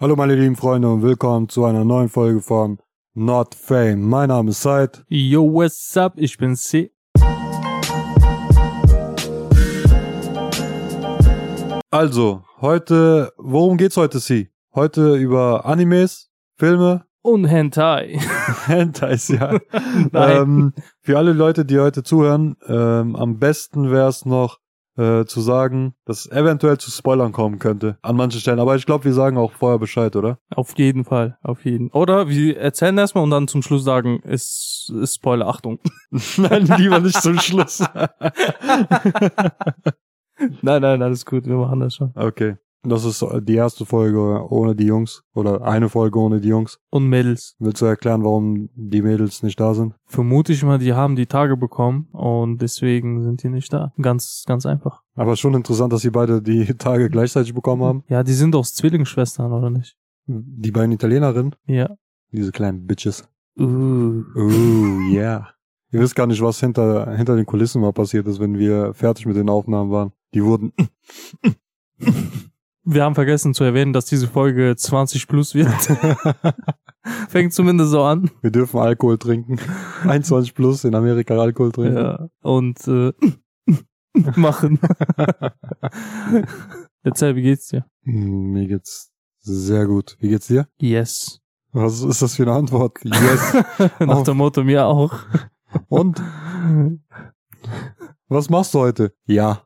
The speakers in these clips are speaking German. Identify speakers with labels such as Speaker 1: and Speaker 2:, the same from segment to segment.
Speaker 1: Hallo meine lieben Freunde und willkommen zu einer neuen Folge von Not Fame. Mein Name ist Said.
Speaker 2: Yo, what's up? Ich bin C.
Speaker 1: Also, heute, worum geht's heute, Sie? Heute über Animes, Filme,
Speaker 2: Und Hentai.
Speaker 1: Hentais, ja.
Speaker 2: Nein.
Speaker 1: ähm, für alle Leute, die heute zuhören, ähm, am besten wäre es noch äh, zu sagen, dass es eventuell zu Spoilern kommen könnte an manchen Stellen. Aber ich glaube, wir sagen auch vorher Bescheid, oder?
Speaker 2: Auf jeden Fall, auf jeden. Oder wir erzählen erstmal und dann zum Schluss sagen, es ist Spoiler, Achtung.
Speaker 1: Nein, lieber nicht zum Schluss.
Speaker 2: Nein, nein, alles gut, wir machen das schon.
Speaker 1: Okay. Das ist die erste Folge ohne die Jungs oder eine Folge ohne die Jungs.
Speaker 2: Und Mädels,
Speaker 1: Willst du erklären, warum die Mädels nicht da sind?
Speaker 2: vermute ich mal, die haben die Tage bekommen und deswegen sind die nicht da. Ganz, ganz einfach.
Speaker 1: Aber schon interessant, dass sie beide die Tage gleichzeitig bekommen haben.
Speaker 2: Ja, die sind doch Zwillingsschwestern, oder nicht?
Speaker 1: Die beiden Italienerinnen,
Speaker 2: Ja.
Speaker 1: diese kleinen Bitches.
Speaker 2: Uh.
Speaker 1: Oh, yeah. Ihr wisst gar nicht, was hinter, hinter den Kulissen mal passiert ist, wenn wir fertig mit den Aufnahmen waren. Die wurden,
Speaker 2: Wir haben vergessen zu erwähnen, dass diese Folge 20 plus wird. Fängt zumindest so an.
Speaker 1: wir dürfen Alkohol trinken. 21 plus in Amerika Alkohol trinken.
Speaker 2: Ja, und äh, machen. Erzähl, wie geht's dir?
Speaker 1: Hm, Mir geht's sehr gut. Wie geht's dir?
Speaker 2: Yes.
Speaker 1: Was ist das für eine Antwort? Yes.
Speaker 2: Nach dem Motto mir auch.
Speaker 1: Und was machst du heute? Ja.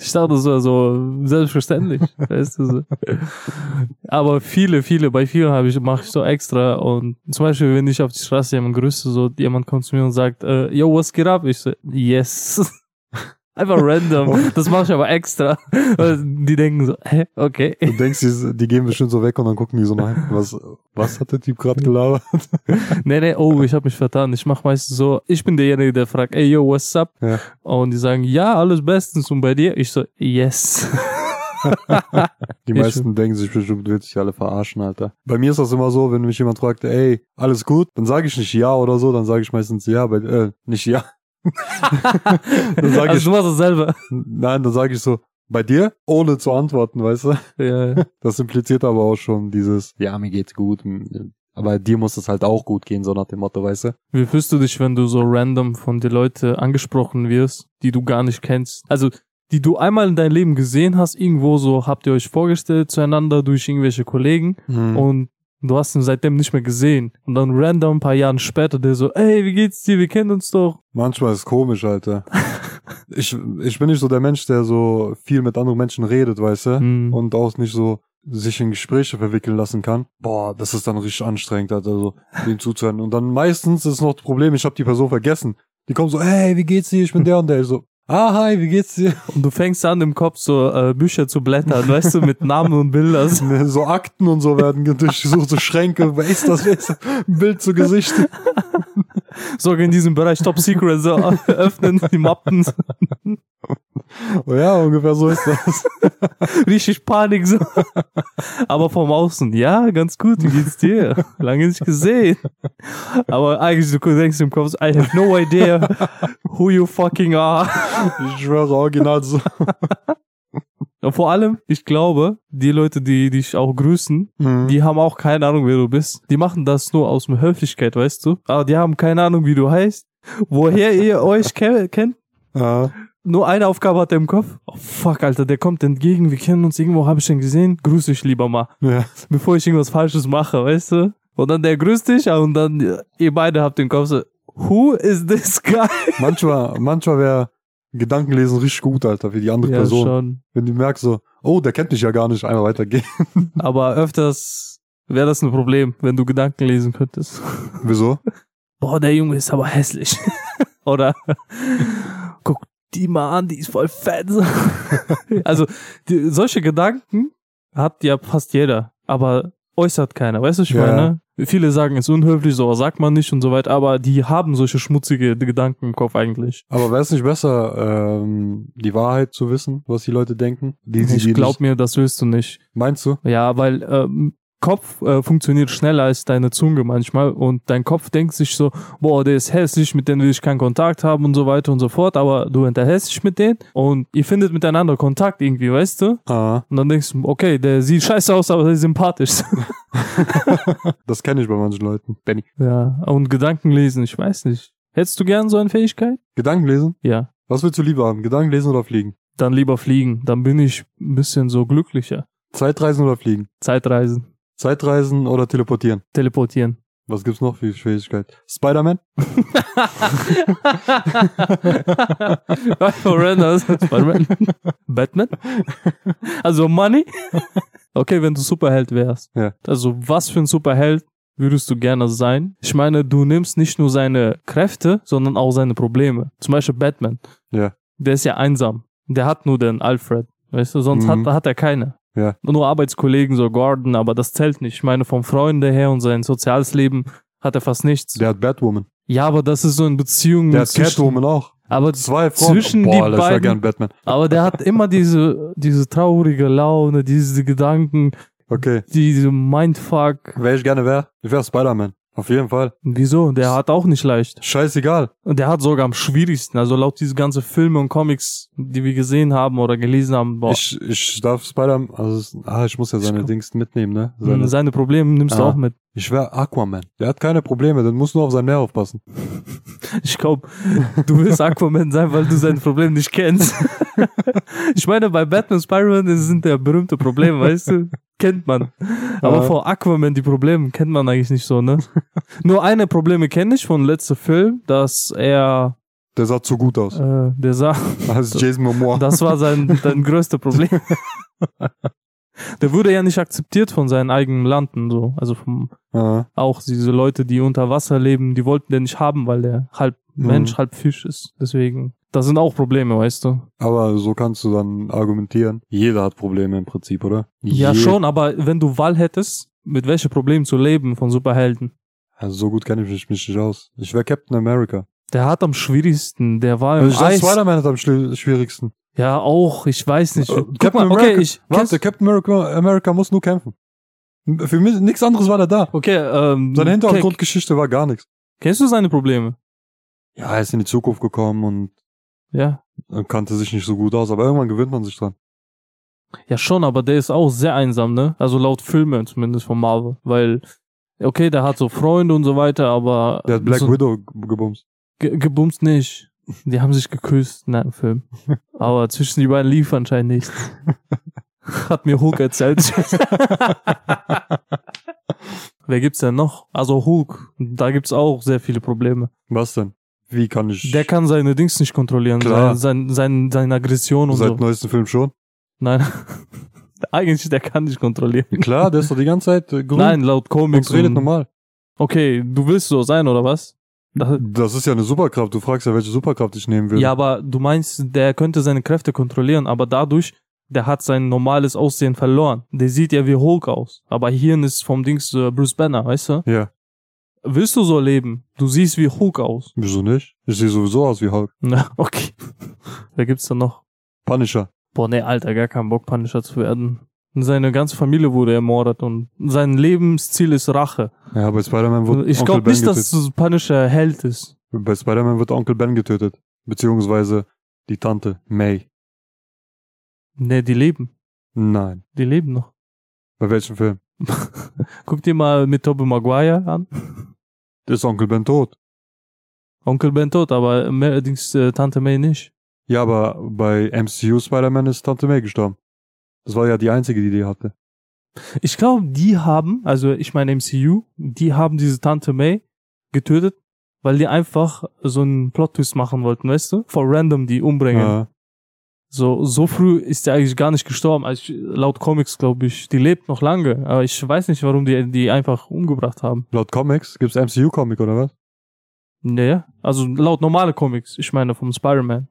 Speaker 2: Ich dachte, das war so selbstverständlich, weißt du so. Aber viele, viele, bei vielen habe ich, mache ich so extra und zum Beispiel, wenn ich auf die Straße jemanden grüße, so jemand kommt zu mir und sagt, äh, yo, was geht ab? Ich so, yes. Einfach random. Das mache ich aber extra. Weil die denken so, hä, okay.
Speaker 1: Du denkst, die, die gehen bestimmt so weg und dann gucken die so nein. Was, was hat der Typ gerade gelabert?
Speaker 2: Nee, nee, oh, ich habe mich vertan. Ich mache meistens so, ich bin derjenige, der fragt, ey, yo, what's up?
Speaker 1: Ja.
Speaker 2: Und die sagen, ja, alles bestens. Und bei dir? Ich so, yes.
Speaker 1: Die
Speaker 2: Ich-
Speaker 1: meisten denken sich bestimmt, wird sich alle verarschen, Alter. Bei mir ist das immer so, wenn mich jemand fragt, ey, alles gut, dann sage ich nicht ja oder so, dann sage ich meistens ja, bei, äh, nicht ja. dann sage
Speaker 2: also
Speaker 1: ich,
Speaker 2: du machst es selber.
Speaker 1: nein, dann sage ich so, bei dir, ohne zu antworten, weißt du?
Speaker 2: Ja,
Speaker 1: Das impliziert aber auch schon dieses, ja, mir geht's gut, m- aber dir muss es halt auch gut gehen, so nach dem Motto, weißt du?
Speaker 2: Wie fühlst du dich, wenn du so random von den Leuten angesprochen wirst, die du gar nicht kennst? Also, die du einmal in deinem Leben gesehen hast, irgendwo so habt ihr euch vorgestellt zueinander durch irgendwelche Kollegen
Speaker 1: Mhm.
Speaker 2: und du hast ihn seitdem nicht mehr gesehen. Und dann random ein paar Jahren später, der so, ey, wie geht's dir? Wir kennen uns doch.
Speaker 1: Manchmal ist es komisch, Alter. ich, ich bin nicht so der Mensch, der so viel mit anderen Menschen redet, weißt du?
Speaker 2: Hm.
Speaker 1: und auch nicht so sich in Gespräche verwickeln lassen kann. Boah, das ist dann richtig anstrengend, Alter, so dem zuzuhören. Und dann meistens ist noch das Problem, ich habe die Person vergessen. Die kommen so, hey, wie geht's dir? Ich bin der und der. Ich so, ah, hi, wie geht's dir?
Speaker 2: Und du fängst an, im Kopf so äh, Bücher zu blättern, weißt du, mit Namen und Bildern.
Speaker 1: So Akten und so werden durchsucht, so Schränke, wer ist das? Wer ist das? Bild zu Gesicht.
Speaker 2: Sogar in diesem Bereich Top Secret so öffnen die Mappen.
Speaker 1: Oh ja, ungefähr so ist das.
Speaker 2: Richtig Panik so. Aber vom Außen, ja, ganz gut, wie geht's dir? Lange nicht gesehen. Aber eigentlich, du denkst im Kopf, so, I have no idea who you fucking are.
Speaker 1: Ich schwöre, original so.
Speaker 2: Und vor allem, ich glaube, die Leute, die dich auch grüßen, Die haben auch keine Ahnung, wer du bist. Die machen das nur aus dem Höflichkeit, weißt du? Aber die haben keine Ahnung, wie du heißt. Woher ihr euch ke kennt.
Speaker 1: Ja.
Speaker 2: Nur eine Aufgabe hat er im Kopf. Oh fuck, Alter, der kommt entgegen. Wir kennen uns irgendwo, habe ich den gesehen. Grüß dich lieber mal,
Speaker 1: Ja.
Speaker 2: bevor ich irgendwas Falsches mache, weißt du? Und dann der grüßt dich und dann ja, ihr beide habt im Kopf so, who is this guy?
Speaker 1: Manchmal, manchmal wäre Gedankenlesen richtig gut, Alter, für die andere Person.
Speaker 2: schon.
Speaker 1: Wenn die merkt so, oh, der kennt mich ja gar nicht, einmal weitergehen.
Speaker 2: Aber öfters wäre das ein Problem, wenn du Gedanken lesen könntest.
Speaker 1: Wieso?
Speaker 2: Boah, der Junge ist aber hässlich. Oder guck die mal an, die ist voll fett. also die, solche Gedanken hat ja fast jeder, aber äußert keiner. Weißt du, was ich
Speaker 1: Ja.
Speaker 2: meine? Viele sagen, es ist unhöflich, so sagt man nicht und so weiter, aber die haben solche schmutzige Gedanken im Kopf eigentlich.
Speaker 1: Aber wäre es nicht besser, ähm, die Wahrheit zu wissen, was die Leute denken? Die, die,
Speaker 2: Ich
Speaker 1: die
Speaker 2: glaub mir, das willst du nicht.
Speaker 1: Meinst du?
Speaker 2: Ja, weil ähm, Kopf äh, funktioniert schneller als deine Zunge manchmal und dein Kopf denkt sich so, boah, der ist hässlich, mit dem will ich keinen Kontakt haben und so weiter und so fort, aber du unterhältst dich mit denen und ihr findet miteinander Kontakt irgendwie, weißt du?
Speaker 1: Ah,
Speaker 2: Und dann denkst du, okay, der sieht scheiße aus, aber der ist sympathisch.
Speaker 1: das kenne ich bei manchen Leuten. Benny.
Speaker 2: ja, und Gedanken lesen, ich weiß nicht. Hättest du gern so eine Fähigkeit?
Speaker 1: Gedanken lesen?
Speaker 2: Ja.
Speaker 1: Was willst du lieber haben? Gedanken lesen oder fliegen?
Speaker 2: Dann lieber fliegen, dann bin ich ein bisschen so glücklicher.
Speaker 1: Zeitreisen oder fliegen?
Speaker 2: Zeitreisen,
Speaker 1: Zeitreisen oder teleportieren?
Speaker 2: teleportieren.
Speaker 1: Was gibt's noch für Schwierigkeit? Spider-Man?
Speaker 2: Horrendous. Spider-Man. Batman? Also Money? Okay, wenn du Superheld wärst.
Speaker 1: Ja.
Speaker 2: Also was für ein Superheld würdest du gerne sein? Ich meine, du nimmst nicht nur seine Kräfte, sondern auch seine Probleme. Zum Beispiel Batman.
Speaker 1: Ja.
Speaker 2: Der ist ja einsam. Der hat nur den Alfred. Weißt du, sonst
Speaker 1: Mhm.
Speaker 2: hat, hat er keine.
Speaker 1: Ja.
Speaker 2: Nur Arbeitskollegen, so Gordon, aber das zählt nicht. Ich meine, vom Freunde her und sein soziales Leben hat er fast nichts.
Speaker 1: Der hat Batwoman.
Speaker 2: Ja, aber das ist so in Beziehungen.
Speaker 1: Der hat
Speaker 2: Hm, zwischen-
Speaker 1: Catwoman auch.
Speaker 2: Aber
Speaker 1: Zwei Frauen.
Speaker 2: Zwischen
Speaker 1: Boah,
Speaker 2: die
Speaker 1: Alter, ich wär
Speaker 2: beiden-
Speaker 1: gern Batman.
Speaker 2: Aber der hat immer diese, diese traurige Laune, diese Gedanken,
Speaker 1: Okay.
Speaker 2: diese Mindfuck.
Speaker 1: Wer ich gerne wär? Ich wär Spider-Man. Auf jeden Fall.
Speaker 2: Wieso? Der hat auch nicht leicht.
Speaker 1: Scheißegal.
Speaker 2: Und der hat sogar am schwierigsten. Also laut diese ganzen Filme und Comics, die wir gesehen haben oder gelesen haben, boah,
Speaker 1: Ich, ich darf Spider-Man, also, es- ah, ich muss ja seine
Speaker 2: Ich glaub-
Speaker 1: Dings mitnehmen, ne? Seine,
Speaker 2: seine, Probleme nimmst du
Speaker 1: Ah.
Speaker 2: auch mit.
Speaker 1: Ich wär Aquaman. Der hat keine Probleme, dann muss nur auf sein Meer aufpassen.
Speaker 2: Ich glaube, du willst Aquaman sein, weil du sein Problem nicht kennst. ich meine, bei Batman und Spider-Man das sind ja berühmte Probleme, weißt du? Kennt man. Aber
Speaker 1: Ja.
Speaker 2: vor Aquaman, die Probleme kennt man eigentlich nicht so, ne? Nur eine Probleme kenne ich von letzter Film, dass er,
Speaker 1: Der sah zu gut aus.
Speaker 2: äh, der sah,
Speaker 1: Als Jason Momoa.
Speaker 2: das war sein, sein größtes Problem. Der wurde ja nicht akzeptiert von seinen eigenen Landen, so. Also vom,
Speaker 1: Ah,
Speaker 2: auch diese Leute, die unter Wasser leben, die wollten den nicht haben, weil der halb
Speaker 1: Mhm.
Speaker 2: Mensch, halb Fisch ist. Deswegen, das sind auch Probleme, weißt du.
Speaker 1: aber so kannst du dann argumentieren. Jeder hat Probleme im Prinzip, oder?
Speaker 2: Ja,
Speaker 1: Je-
Speaker 2: schon, aber wenn du Wahl hättest, mit welchem Problem zu leben von Superhelden?
Speaker 1: Also so gut kenne ich mich, mich nicht aus. Ich wär Captain America. Also
Speaker 2: Der hat am schwierigsten, der war im
Speaker 1: Ich dachte,
Speaker 2: Eis.
Speaker 1: Spider-Man hat am schli- schwierigsten.
Speaker 2: Ja, auch, ich weiß nicht.
Speaker 1: Äh,
Speaker 2: Guck
Speaker 1: Captain
Speaker 2: mal, okay,
Speaker 1: America-
Speaker 2: ich,
Speaker 1: Warte,
Speaker 2: kennst,
Speaker 1: Captain America, America muss nur kämpfen. Für mich, nichts anderes war da da.
Speaker 2: okay, ähm,
Speaker 1: Seine
Speaker 2: Ke-
Speaker 1: Hintergrundgeschichte war gar nichts.
Speaker 2: Kennst du seine Probleme?
Speaker 1: Ja, er ist in die Zukunft gekommen und
Speaker 2: Ja.
Speaker 1: äh, kannte sich nicht so gut aus, aber irgendwann gewöhnt man sich dran.
Speaker 2: Ja, schon, aber der ist auch sehr einsam, ne? Also laut Filmen zumindest von Marvel, weil, okay, der hat so Freunde und so weiter, aber.
Speaker 1: Der hat Black
Speaker 2: Äh, so,
Speaker 1: Widow ge- gebumst.
Speaker 2: Ge gebumst nicht. Die haben sich geküsst in einem Film. Aber zwischen die beiden lief anscheinend nichts. Hat mir Hulk erzählt. Wer gibt's denn noch? Also Hulk. Da gibt's auch sehr viele Probleme.
Speaker 1: Was denn? Wie kann ich?
Speaker 2: Der kann seine Dings nicht kontrollieren.
Speaker 1: Klar.
Speaker 2: Sein, sein, sein, seine Aggression und
Speaker 1: seit
Speaker 2: so.
Speaker 1: neuesten Film schon?
Speaker 2: Nein. Eigentlich, der kann nicht kontrollieren.
Speaker 1: Klar, der ist doch die ganze Zeit äh, grün
Speaker 2: Nein, laut Comics.
Speaker 1: und redet
Speaker 2: und-
Speaker 1: normal.
Speaker 2: Okay, du willst so sein, oder was? Das,
Speaker 1: Das ist ja eine Superkraft. Du fragst ja, welche Superkraft ich nehmen würde.
Speaker 2: Ja, aber du meinst, der könnte seine Kräfte kontrollieren, aber dadurch, der hat sein normales Aussehen verloren. Der sieht ja wie Hulk aus. Aber Hirn ist vom Dings äh, Bruce Banner, weißt du?
Speaker 1: Ja.
Speaker 2: Willst du so leben? Du siehst wie Hulk aus.
Speaker 1: Wieso nicht? Ich sehe sowieso aus wie Hulk.
Speaker 2: Na, okay. Wer gibt's da noch?
Speaker 1: Punisher.
Speaker 2: Boah, nee, Alter, gar keinen Bock, Punisher zu werden. Seine ganze Familie wurde ermordet und sein Lebensziel ist Rache.
Speaker 1: Ja, bei Spider-Man wird
Speaker 2: Ich
Speaker 1: Onkel
Speaker 2: glaube
Speaker 1: Ben
Speaker 2: nicht, dass
Speaker 1: getötet.
Speaker 2: das Punisher Held ist.
Speaker 1: Bei Spider-Man wird Onkel Ben getötet. Beziehungsweise die Tante May.
Speaker 2: Nee, die leben.
Speaker 1: Nein.
Speaker 2: Die leben noch.
Speaker 1: Bei welchem Film?
Speaker 2: Guck dir mal mit Tobey Maguire an.
Speaker 1: Ist Onkel Ben tot?
Speaker 2: Onkel Ben tot, aber Mer- Dings, äh, Tante May nicht.
Speaker 1: Ja, aber bei MCU Spider-Man ist Tante May gestorben. Das war ja die einzige, die die hatte.
Speaker 2: Ich glaube, die haben, also ich meine MCU, die haben diese Tante May getötet, weil die einfach so einen Plot-Twist machen wollten, weißt du? For random die umbringen.
Speaker 1: Äh,
Speaker 2: So, so früh ist die eigentlich gar nicht gestorben. Also ich, laut Comics, glaube ich, die lebt noch lange. Aber ich weiß nicht, warum die die einfach umgebracht haben.
Speaker 1: laut Comics gibt's MCU-Comic oder was?
Speaker 2: Naja, also laut normale Comics, ich meine vom Spider-Man.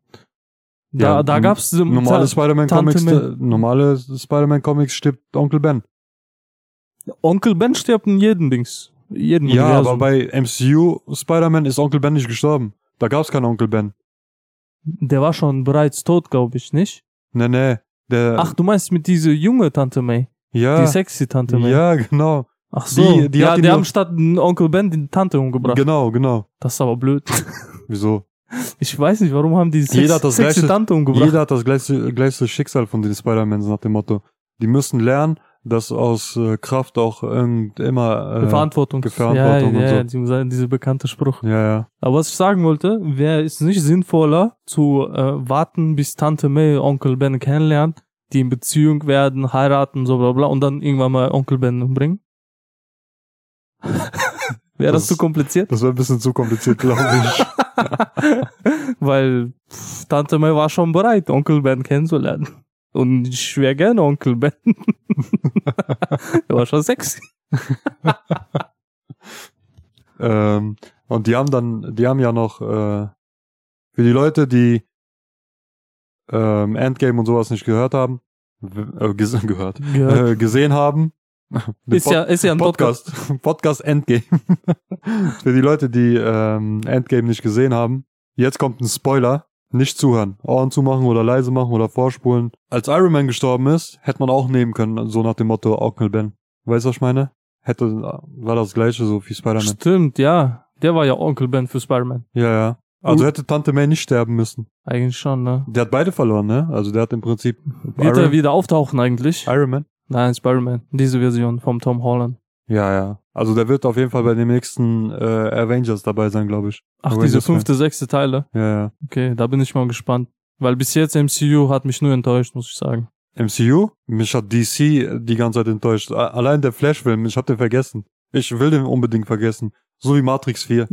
Speaker 2: Da,
Speaker 1: Ja,
Speaker 2: da
Speaker 1: m-
Speaker 2: gab's diese-
Speaker 1: Normale Spider-Man-Comics,
Speaker 2: Tante
Speaker 1: äh, normale Spider-Man-Comics stirbt Onkel Ben.
Speaker 2: Onkel Ben stirbt in jedem Dings. Jeden
Speaker 1: Ja,
Speaker 2: Universum.
Speaker 1: aber bei MCU Spider-Man ist Onkel Ben nicht gestorben. Da gab's keinen Onkel Ben.
Speaker 2: Der war schon bereits tot, glaube ich, nicht?
Speaker 1: Nee, nee. Der,
Speaker 2: Ach, du meinst mit dieser junge Tante May?
Speaker 1: Ja,
Speaker 2: Die sexy Tante, man.
Speaker 1: ja genau.
Speaker 2: Ach so.
Speaker 1: Die- die
Speaker 2: ja,
Speaker 1: hat ihn
Speaker 2: die
Speaker 1: nur-
Speaker 2: haben statt Onkel Ben die Tante umgebracht.
Speaker 1: Genau, genau.
Speaker 2: Das ist aber blöd.
Speaker 1: Wieso?
Speaker 2: Ich weiß nicht, warum haben die sex
Speaker 1: Jeder hat das
Speaker 2: sexy
Speaker 1: gleiche-
Speaker 2: Tante umgebracht?
Speaker 1: Jeder hat das gleiche, gleiche Schicksal von den Spider-Mans nach dem Motto. Die müssen lernen, dass aus äh, Kraft auch irgend immer. Äh,
Speaker 2: Verantwortung.
Speaker 1: Verantwortung
Speaker 2: ja,
Speaker 1: und
Speaker 2: ja,
Speaker 1: so.
Speaker 2: ja, diese, diese bekannte Spruch.
Speaker 1: Ja, ja.
Speaker 2: Aber was ich sagen wollte, wäre es nicht sinnvoller zu äh, warten, bis Tante May Onkel Ben kennenlernt, die in Beziehung werden, heiraten, so bla bla und dann irgendwann mal Onkel Ben umbringen? wäre das,
Speaker 1: Das-
Speaker 2: zu kompliziert?
Speaker 1: Das wäre ein bisschen zu kompliziert, glaube ich.
Speaker 2: Weil pff, Tante May war schon bereit, Onkel Ben kennenzulernen. Und ich wäre gerne Onkel Ben. Der war schon sexy.
Speaker 1: ähm, und die haben dann, die haben ja noch äh, für die Leute, die ähm, Endgame und sowas nicht gehört haben, w- äh, ges gehört, äh, gesehen haben. den
Speaker 2: Ist ja, ist ja ein Podcast.
Speaker 1: Podcast. Podcast Endgame. Für die Leute, die ähm, Endgame nicht gesehen haben. Jetzt kommt ein Spoiler. Nicht zuhören. Ohren zumachen oder leise machen oder vorspulen. Als Iron Man gestorben ist, hätte man auch nehmen können, so nach dem Motto Onkel Ben. Weißt du, was ich meine? Hätte, äh, war das gleiche so wie Spider-Man.
Speaker 2: Stimmt, ja. Der war ja Onkel Ben für Spider-Man.
Speaker 1: Ja, ja. Also hätte Tante May nicht sterben müssen.
Speaker 2: Eigentlich schon, ne?
Speaker 1: Der hat beide verloren, ne? Also der hat im Prinzip
Speaker 2: Wird er
Speaker 1: Iron,
Speaker 2: wieder auftauchen eigentlich?
Speaker 1: Iron Man.
Speaker 2: Nein, Spider-Man. Diese Version vom Tom Holland.
Speaker 1: Ja, ja. Also der wird auf jeden Fall bei dem nächsten äh, Avengers dabei sein, glaube ich.
Speaker 2: Ach,
Speaker 1: Aber
Speaker 2: diese
Speaker 1: das kann-
Speaker 2: fünfte, sechste Teile.
Speaker 1: Ja, ja.
Speaker 2: Okay, da bin ich mal gespannt. Weil bis jetzt MCU hat mich nur enttäuscht, muss ich sagen.
Speaker 1: MCU? Mich hat DC die ganze Zeit enttäuscht. A- Allein der Flash-Film, ich hab den vergessen. Ich will den unbedingt vergessen. So wie Matrix 4.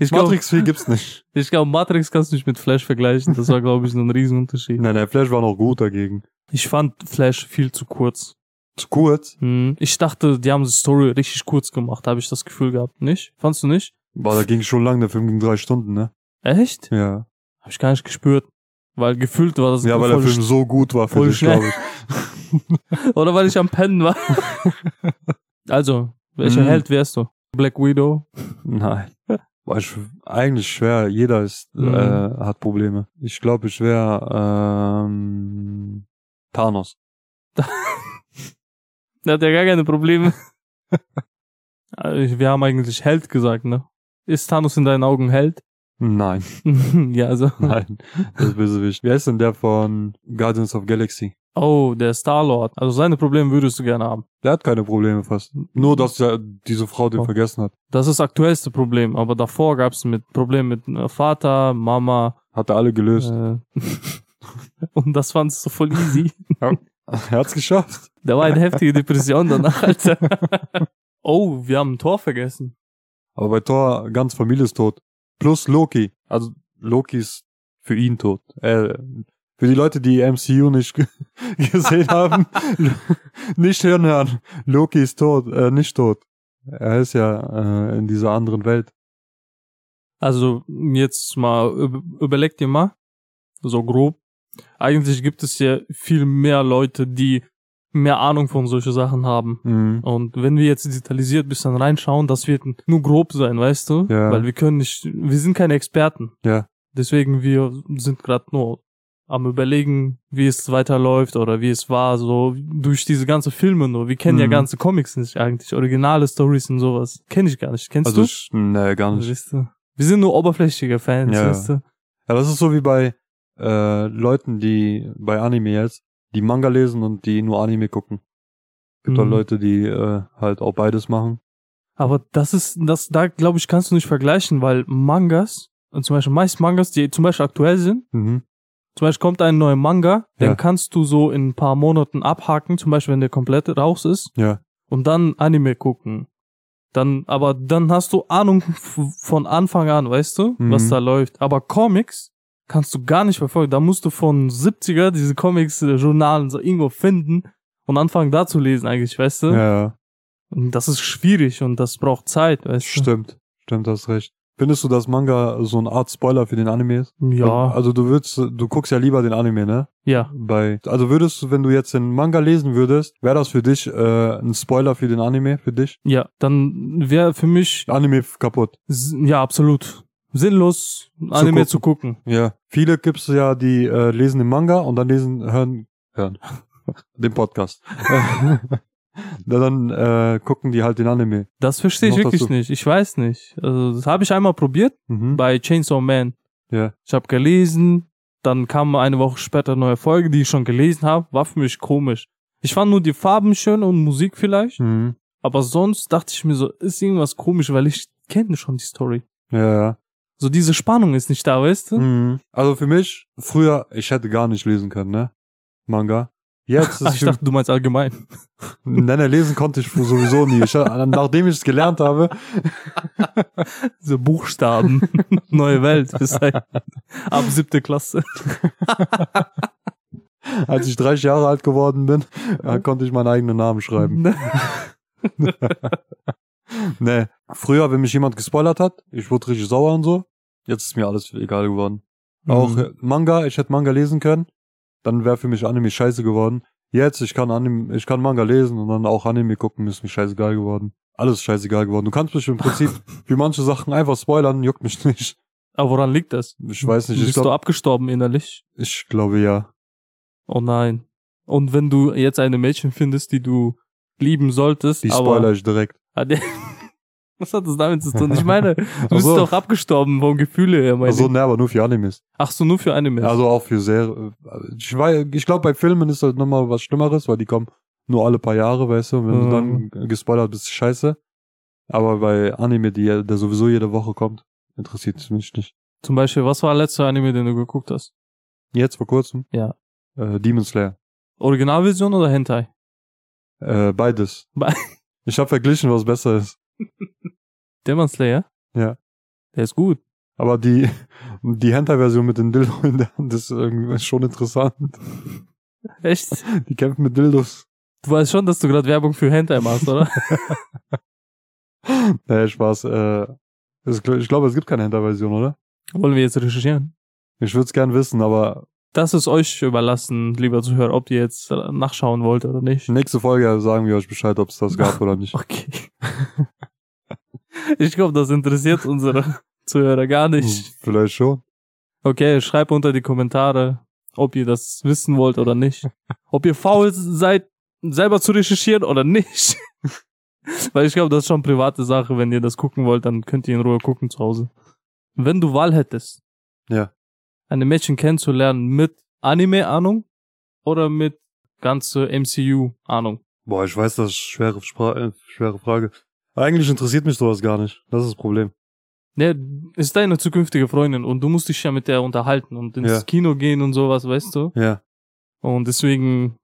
Speaker 2: ich glaube,
Speaker 1: Matrix 4 gibt's nicht.
Speaker 2: ich glaub, genau, Matrix kannst du nicht mit Flash vergleichen. Das war, glaube ich, ein Riesenunterschied.
Speaker 1: Nein, der Flash war noch gut dagegen.
Speaker 2: Ich fand Flash viel zu kurz.
Speaker 1: Zu kurz.
Speaker 2: Hm, Ich dachte, die haben die Story richtig kurz gemacht, habe ich das Gefühl gehabt. Nicht? Fandst du nicht?
Speaker 1: Boah, da ging schon lang, der Film ging drei Stunden, ne?
Speaker 2: Echt?
Speaker 1: Ja.
Speaker 2: Habe ich gar nicht gespürt. Weil gefühlt war das
Speaker 1: Ja, weil der
Speaker 2: Also voll
Speaker 1: Film so gut war für
Speaker 2: voll
Speaker 1: dich,
Speaker 2: schnell.
Speaker 1: glaube ich.
Speaker 2: Oder weil ich am Pennen war. also, welcher
Speaker 1: Mhm.
Speaker 2: Held wärst du? Black Widow?
Speaker 1: Nein. Boah, ich, eigentlich schwer. Jeder ist,
Speaker 2: Mhm.
Speaker 1: äh, hat Probleme. Ich glaube, ich wäre ähm, Thanos.
Speaker 2: Der hat ja gar keine Probleme. Also, Wir haben eigentlich Held gesagt, ne? Ist Thanos in deinen Augen Held?
Speaker 1: Nein,
Speaker 2: ja, also.
Speaker 1: nein. Das Bösewicht. Wer ist denn der von Guardians of Galaxy?
Speaker 2: Oh, der Star-Lord. Also seine Probleme würdest du gerne haben.
Speaker 1: Der hat keine Probleme fast. Nur, dass er diese Frau den
Speaker 2: Oh.
Speaker 1: vergessen hat.
Speaker 2: Das ist das aktuellste Problem, aber davor gab's mit Problemen mit äh, Vater, Mama.
Speaker 1: Hat er alle
Speaker 2: Äh,
Speaker 1: gelöst.
Speaker 2: und das fandst du voll easy.
Speaker 1: Er hat's geschafft.
Speaker 2: Da war eine heftige Depression danach, Alter. oh, wir haben ein Tor vergessen.
Speaker 1: Aber bei Thor, ganz Familie ist tot. Plus Loki. Also, Loki ist für ihn tot. Äh, für die Leute, die MCU nicht ge- gesehen haben, nicht hören hören. Loki ist tot, äh, nicht tot. Er ist ja äh, in dieser anderen Welt.
Speaker 2: Also jetzt mal üb- überleg dir mal, so grob. Eigentlich gibt es ja viel mehr Leute, die mehr Ahnung von solche Sachen haben.
Speaker 1: Mhm.
Speaker 2: Und wenn wir jetzt digitalisiert ein bisschen reinschauen, das wird nur grob sein, weißt du?
Speaker 1: Ja.
Speaker 2: Weil wir können nicht, wir sind keine Experten.
Speaker 1: Ja.
Speaker 2: Deswegen wir sind gerade nur am überlegen, wie es weiterläuft oder wie es war, so durch diese ganze Filme nur. Wir kennen ja
Speaker 1: Mhm.
Speaker 2: ganze Comics nicht eigentlich, originale Stories und sowas. Kenn ich gar nicht. Kennst
Speaker 1: Also,
Speaker 2: du?
Speaker 1: ich, nee, gar nicht.
Speaker 2: Siehst du? Wir sind nur oberflächliche Fans,
Speaker 1: Ja.
Speaker 2: weißt du?
Speaker 1: Ja, das ist so wie bei äh, Leuten, die bei Anime jetzt, die Manga lesen und die nur Anime gucken. Gibt auch
Speaker 2: Mhm.
Speaker 1: Leute, die äh, halt auch beides machen.
Speaker 2: Aber das ist, das, da glaube ich, kannst du nicht vergleichen, weil Mangas, und zum Beispiel meist Mangas, die zum Beispiel aktuell sind,
Speaker 1: Mhm.
Speaker 2: zum Beispiel kommt ein neuer Manga, den
Speaker 1: Ja.
Speaker 2: kannst du so in ein paar Monaten abhaken, zum Beispiel wenn der komplett raus ist,
Speaker 1: Ja.
Speaker 2: und dann Anime gucken. Dann, aber dann hast du Ahnung f- von Anfang an, weißt du,
Speaker 1: Mhm.
Speaker 2: was da läuft. Aber Comics kannst du gar nicht verfolgen. Da musst du von 70er diese Comics-Journalen so irgendwo finden und anfangen da zu lesen eigentlich, weißt du?
Speaker 1: Ja,
Speaker 2: Und das ist schwierig und das braucht Zeit, weißt
Speaker 1: stimmt. Stimmt, hast recht. Findest du, dass Manga so eine Art Spoiler für den Anime ist?
Speaker 2: du? Ja,
Speaker 1: Also du würdest, du guckst ja lieber den Anime, ne?
Speaker 2: ja.
Speaker 1: Bei, also würdest du, wenn du jetzt den Manga lesen würdest, wäre das für dich äh, ein Spoiler für den Anime, für dich?
Speaker 2: Ja, dann wäre für mich,
Speaker 1: Anime f- kaputt.
Speaker 2: s- ja, absolut sinnlos, Anime
Speaker 1: gucken.
Speaker 2: zu gucken.
Speaker 1: Ja. Viele gibt's ja, die äh, lesen den Manga und dann lesen, hören, hören. den Podcast. Na, dann äh, gucken die halt den Anime.
Speaker 2: Das verstehe ich
Speaker 1: Noch
Speaker 2: wirklich
Speaker 1: dazu.
Speaker 2: nicht. Ich weiß nicht. Also, das habe ich einmal probiert
Speaker 1: Mhm.
Speaker 2: bei Chainsaw Man.
Speaker 1: Ja.
Speaker 2: Ich habe gelesen, dann kam eine Woche später eine neue Folge, die ich schon gelesen habe. War für mich komisch. Ich fand nur die Farben schön und Musik vielleicht.
Speaker 1: Mhm.
Speaker 2: Aber sonst dachte ich mir so, ist irgendwas komisch, weil ich kenne schon die Story.
Speaker 1: Ja, ja.
Speaker 2: So diese Spannung ist nicht da, weißt du?
Speaker 1: Mhm. Also für mich, früher, ich hätte gar nicht lesen können, ne? Manga. Jetzt
Speaker 2: Ach,
Speaker 1: ist
Speaker 2: ich
Speaker 1: für
Speaker 2: dachte, du meinst allgemein.
Speaker 1: Nein, nein, lesen konnte ich sowieso nie. Ich, nachdem ich es gelernt habe,
Speaker 2: Diese Buchstaben. Neue Welt. Das heißt, ab siebte Klasse.
Speaker 1: als ich 30 Jahre alt geworden bin, äh,
Speaker 2: Hm?
Speaker 1: konnte ich meinen eigenen Namen schreiben. Nee. Früher, wenn mich jemand gespoilert hat, ich wurde richtig sauer und so. Jetzt ist mir alles egal geworden.
Speaker 2: Mhm.
Speaker 1: Auch äh, Manga, ich hätte Manga lesen können, dann wäre für mich Anime scheiße geworden. Jetzt, ich kann Anime, ich kann Manga lesen und dann auch Anime gucken, ist mir scheißegal geworden. Alles ist scheißegal geworden. Du kannst mich im Prinzip für manche Sachen einfach spoilern, juckt mich nicht.
Speaker 2: Aber woran liegt das?
Speaker 1: Ich weiß nicht, ich
Speaker 2: Bist du
Speaker 1: glaube,
Speaker 2: abgestorben innerlich?
Speaker 1: ich glaube ja.
Speaker 2: Oh nein. Und wenn du jetzt eine Mädchen findest, die du lieben solltest,
Speaker 1: Die spoiler
Speaker 2: aber...
Speaker 1: ich direkt.
Speaker 2: Ah, der- Was hat das damit zu tun? Ich meine, du bist
Speaker 1: Also-
Speaker 2: doch abgestorben vom Gefühle her, meine
Speaker 1: Also,
Speaker 2: ich.
Speaker 1: ne, aber nur für Animes.
Speaker 2: Ach so, nur für Anime.
Speaker 1: Also auch für Serien. Ich, wei- ich glaube, bei Filmen ist das nochmal was Schlimmeres, weil die kommen nur alle paar Jahre, weißt du, und wenn
Speaker 2: Mhm.
Speaker 1: du dann gespoilert bist, ist scheiße. Aber bei Anime, die, ja- der sowieso jede Woche kommt, interessiert es mich nicht.
Speaker 2: Zum Beispiel, was war der letzte Anime, den du geguckt hast?
Speaker 1: Jetzt vor kurzem?
Speaker 2: Ja.
Speaker 1: Äh, Demon Slayer.
Speaker 2: Originalversion oder Hentai?
Speaker 1: Äh, beides.
Speaker 2: Be-
Speaker 1: ich habe verglichen, was besser ist.
Speaker 2: Demon Slayer?
Speaker 1: Ja.
Speaker 2: Der ist gut.
Speaker 1: Aber die, die Hentai-Version mit den Dildo in der Hand ist irgendwie schon interessant.
Speaker 2: Echt?
Speaker 1: Die kämpfen mit Dildos.
Speaker 2: Du weißt schon, dass du gerade Werbung für Hentai machst, oder?
Speaker 1: Naja, Spaß. Äh, es- ich glaube, es gibt keine Hentai-Version, oder?
Speaker 2: Wollen wir jetzt recherchieren?
Speaker 1: Ich würde es gern wissen, aber
Speaker 2: Das ist euch überlassen, lieber Zuhörer, ob ihr jetzt nachschauen wollt oder nicht.
Speaker 1: nächste Folge sagen wir euch Bescheid, ob es das gab oder nicht.
Speaker 2: Okay. Ich glaube, das interessiert unsere Zuhörer gar nicht.
Speaker 1: Hm, Vielleicht schon.
Speaker 2: Okay, schreibt unter die Kommentare, ob ihr das wissen wollt oder nicht. Ob ihr faul seid, selber zu recherchieren oder nicht. Weil ich glaube, das ist schon private Sache. Wenn ihr das gucken wollt, dann könnt ihr in Ruhe gucken zu Hause. Wenn du Wahl hättest,
Speaker 1: Ja.
Speaker 2: eine Mädchen kennenzulernen mit Anime-Ahnung oder mit ganze MCU-Ahnung.
Speaker 1: Boah, ich weiß, das ist schwere, Spra äh, schwere Frage. Eigentlich interessiert mich sowas gar nicht. Das ist das Problem.
Speaker 2: Ne, ist deine zukünftige Freundin und du musst dich ja mit der unterhalten und ins
Speaker 1: Ja.
Speaker 2: Kino gehen und sowas, weißt du?
Speaker 1: Ja.
Speaker 2: Und deswegen,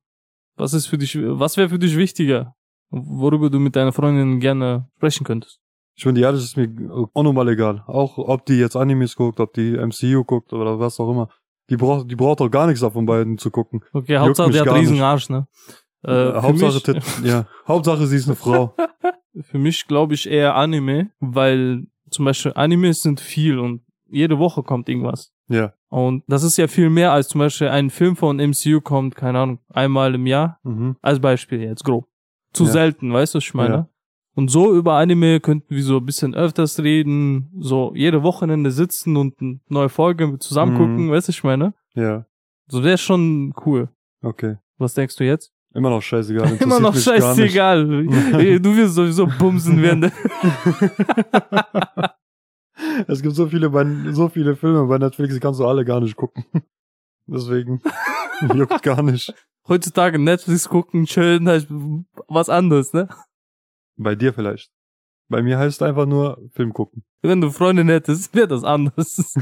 Speaker 2: was ist für dich, was wäre für dich wichtiger? Worüber du mit deiner Freundin gerne sprechen könntest?
Speaker 1: Ich bin ehrlich, ist mir äh, unnormal egal. Auch ob die jetzt Animes guckt, ob die MCU guckt oder was auch immer. Die braucht, die braucht doch gar nichts davon beiden zu gucken.
Speaker 2: Okay, Hauptsache,
Speaker 1: mich
Speaker 2: der hat
Speaker 1: gar
Speaker 2: riesen
Speaker 1: nicht.
Speaker 2: Arsch, ne? Äh, für
Speaker 1: Hauptsache,
Speaker 2: mich-
Speaker 1: Tit- ja. Hauptsache, sie ist eine Frau.
Speaker 2: für mich glaube ich eher Anime, weil zum Beispiel Animes sind viel und jede Woche kommt irgendwas.
Speaker 1: Ja.
Speaker 2: Und das ist ja viel mehr als zum Beispiel ein Film von MCU kommt, keine Ahnung, einmal im Jahr.
Speaker 1: Mhm.
Speaker 2: Als Beispiel jetzt grob. Zu
Speaker 1: Ja.
Speaker 2: selten, weißt du, was ich meine?
Speaker 1: Ja.
Speaker 2: Und so über Anime könnten wir so ein bisschen öfters reden, so jede Wochenende sitzen und eine neue Folge zusammen
Speaker 1: Mhm.
Speaker 2: gucken, weißt du, was ich meine?
Speaker 1: Ja.
Speaker 2: So wäre schon cool.
Speaker 1: Okay.
Speaker 2: Was denkst du jetzt?
Speaker 1: Immer noch scheißegal. Interessiert
Speaker 2: Immer noch
Speaker 1: mich gar nicht.
Speaker 2: scheißegal. Ey, du wirst sowieso bumsen während der
Speaker 1: Es gibt so viele, bei, so viele Filme bei Netflix, die kannst du alle gar nicht gucken. Deswegen juckt gar nicht.
Speaker 2: heutzutage Netflix gucken, chillen, halt was anderes, ne?
Speaker 1: Bei dir vielleicht. Bei mir heißt es einfach nur Film gucken.
Speaker 2: Wenn du Freundin hättest, wäre das anders.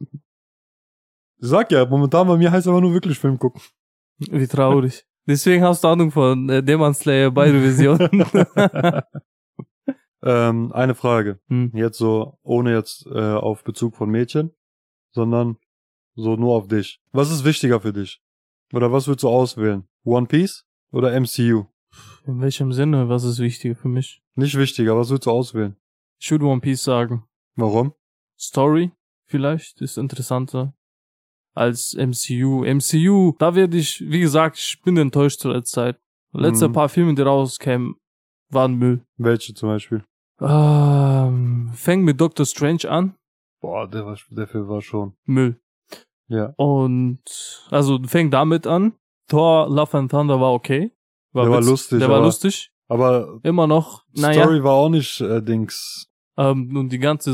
Speaker 1: Ich Sag ja, momentan bei mir heißt es einfach nur wirklich Film gucken.
Speaker 2: Wie traurig. Deswegen hast du Ahnung von äh, Demon Slayer, beide Versionen.
Speaker 1: Ähm, eine Frage.
Speaker 2: Hm.
Speaker 1: Jetzt so, ohne jetzt äh, auf Bezug von Mädchen, sondern so nur auf dich. Was ist wichtiger für dich? Oder was würdest du auswählen? One Piece oder MCU?
Speaker 2: In welchem Sinne? Was ist wichtiger für mich?
Speaker 1: Nicht wichtiger, was würdest du auswählen?
Speaker 2: Ich würde One Piece sagen.
Speaker 1: Warum?
Speaker 2: Story vielleicht ist interessanter als MCU. MCU, da werde ich, wie gesagt, ich bin enttäuscht zur letzten Zeit. Letzte
Speaker 1: Mhm.
Speaker 2: paar Filme, die rauskämen, waren Müll.
Speaker 1: Welche zum Beispiel?
Speaker 2: Ähm, fäng mit Doctor Strange an.
Speaker 1: Boah, der, war, der Film war schon.
Speaker 2: Müll.
Speaker 1: Ja.
Speaker 2: Und also fängt damit an. Thor Love and Thunder war okay.
Speaker 1: Der war
Speaker 2: witz-
Speaker 1: lustig,
Speaker 2: Der war
Speaker 1: aber-
Speaker 2: lustig.
Speaker 1: Aber
Speaker 2: Immer noch. Naja.
Speaker 1: Story war auch nicht äh, Dings.
Speaker 2: Ähm, und die ganze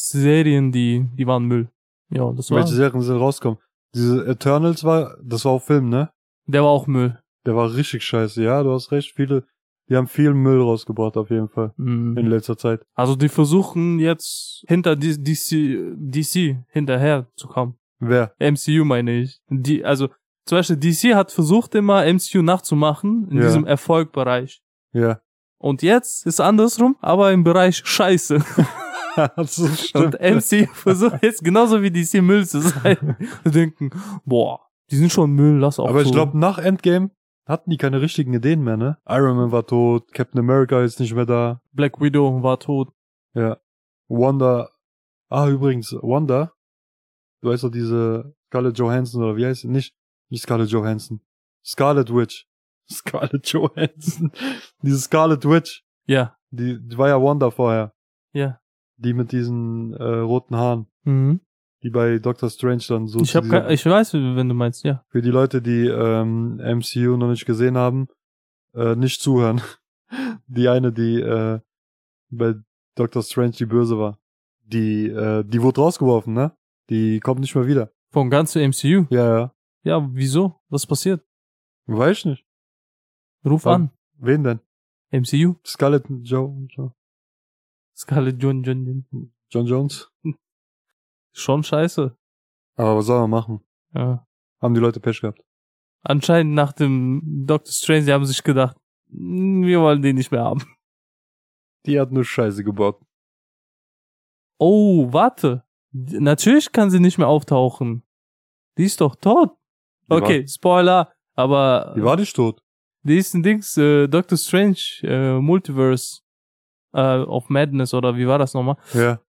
Speaker 2: Serien, die, die waren Müll. Ja, das war.
Speaker 1: Welche Serien sind rausgekommen? Diese Eternals war, das war auch Film, ne?
Speaker 2: Der war auch Müll.
Speaker 1: Der war richtig scheiße. Ja, du hast recht. Viele, die haben viel Müll rausgebracht auf jeden Fall
Speaker 2: Mhm.
Speaker 1: in letzter Zeit.
Speaker 2: Also die versuchen jetzt hinter D- DC, DC hinterher zu kommen.
Speaker 1: Wer?
Speaker 2: MCU meine ich. Die, also zum Beispiel DC hat versucht immer MCU nachzumachen in
Speaker 1: Ja.
Speaker 2: diesem Erfolgbereich.
Speaker 1: Ja.
Speaker 2: Und jetzt ist andersrum, aber im Bereich Scheiße.
Speaker 1: das ist
Speaker 2: Und
Speaker 1: stimmt.
Speaker 2: MCU versucht jetzt genauso wie DC Müll zu sein. Und denken, boah, die sind schon Müll, lass auch
Speaker 1: Aber ich
Speaker 2: so.
Speaker 1: glaube, nach Endgame hatten die keine richtigen Ideen mehr, ne? Iron Man war tot, Captain America ist nicht mehr da,
Speaker 2: Black Widow war tot.
Speaker 1: Wanda. Ah, übrigens, Wanda. Du weißt doch, diese Scarlett Johansson oder wie heißt sie? Nicht, nicht Scarlett Johansson. Scarlet Witch. Scarlett Johansson. diese Scarlet Witch.
Speaker 2: Ja,
Speaker 1: Die, die war ja Wanda vorher.
Speaker 2: ja.
Speaker 1: Die mit diesen äh, roten Haaren.
Speaker 2: Mhm.
Speaker 1: Die bei Doctor Strange dann so
Speaker 2: Ich,
Speaker 1: zu
Speaker 2: hab,
Speaker 1: dieser-
Speaker 2: ke- ich weiß, wenn du meinst, ja.
Speaker 1: für die Leute, die ähm, MCU noch nicht gesehen haben, äh, nicht zuhören. Die eine, die äh, bei Doctor Strange die Böse war, die äh, die wurde rausgeworfen, ne? Die kommt nicht mehr wieder.
Speaker 2: Vom ganzen MCU.
Speaker 1: Ja, ja.
Speaker 2: Ja, wieso? Was passiert?
Speaker 1: Weiß ich nicht.
Speaker 2: Ruf
Speaker 1: Wann?
Speaker 2: an.
Speaker 1: Wen denn?
Speaker 2: MCU?
Speaker 1: Scarlett jo jo
Speaker 2: Scarlett John, John, John.
Speaker 1: John Jones?
Speaker 2: Schon scheiße.
Speaker 1: Aber was soll man machen?
Speaker 2: Ja.
Speaker 1: Haben die Leute Pech gehabt.
Speaker 2: Anscheinend nach dem Doctor Strange, die haben sich gedacht, "Mm, wir wollen den nicht mehr haben.
Speaker 1: Die hat nur Scheiße gebaut.
Speaker 2: Oh, warte. D- Natürlich kann sie nicht mehr auftauchen. Die ist doch tot.
Speaker 1: Die
Speaker 2: Okay, Spoiler, aber
Speaker 1: Die war nicht tot.
Speaker 2: die ist ein Dings, äh, Doctor Strange, äh, Multiverse äh, of Madness oder wie war das nochmal?
Speaker 1: Ja.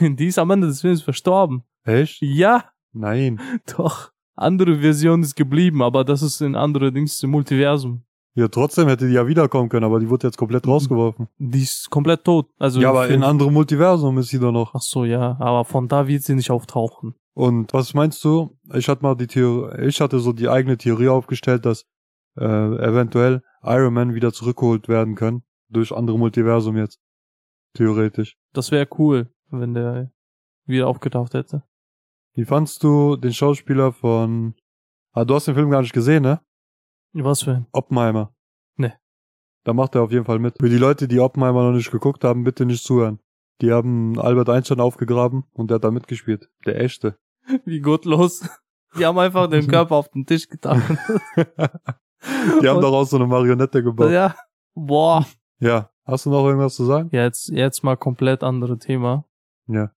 Speaker 2: Die ist am Ende des Films verstorben.
Speaker 1: Echt?
Speaker 2: Ja,
Speaker 1: Nein.
Speaker 2: doch. Andere Version ist geblieben, aber das ist ein anderes Dings, ein Multiversum.
Speaker 1: Ja, trotzdem hätte die ja wiederkommen können, aber die wurde jetzt komplett rausgeworfen.
Speaker 2: Die ist komplett tot. Mhm. Also
Speaker 1: Ja, aber
Speaker 2: für-
Speaker 1: in anderem Multiversum ist sie doch noch.
Speaker 2: Ach so, ja, aber von da wird sie nicht auftauchen.
Speaker 1: Und was meinst du? Ich hatte mal die Theorie, ich hatte so die eigene Theorie aufgestellt, dass äh, eventuell Iron Man wieder zurückgeholt werden kann durch andere Multiversum jetzt. Theoretisch.
Speaker 2: Das wäre cool, wenn der wieder aufgetaucht hätte.
Speaker 1: Wie fandst du den Schauspieler von Ah, du hast den Film gar nicht gesehen, ne?
Speaker 2: Was für ein?
Speaker 1: Oppenheimer.
Speaker 2: Nee.
Speaker 1: Da macht er auf jeden Fall mit. Für die Leute, die Oppenheimer noch nicht geguckt haben, bitte nicht zuhören. Die haben Albert Einstein aufgegraben und der hat da mitgespielt. Der echte.
Speaker 2: Wie gottlos. Die haben einfach den Körper auf den Tisch getan.
Speaker 1: Die haben
Speaker 2: Und-
Speaker 1: daraus so eine Marionette gebaut.
Speaker 2: ja. Boah.
Speaker 1: Ja. Hast du noch irgendwas zu sagen?
Speaker 2: Ja, Jetzt, jetzt mal komplett andere Thema.
Speaker 1: Ja.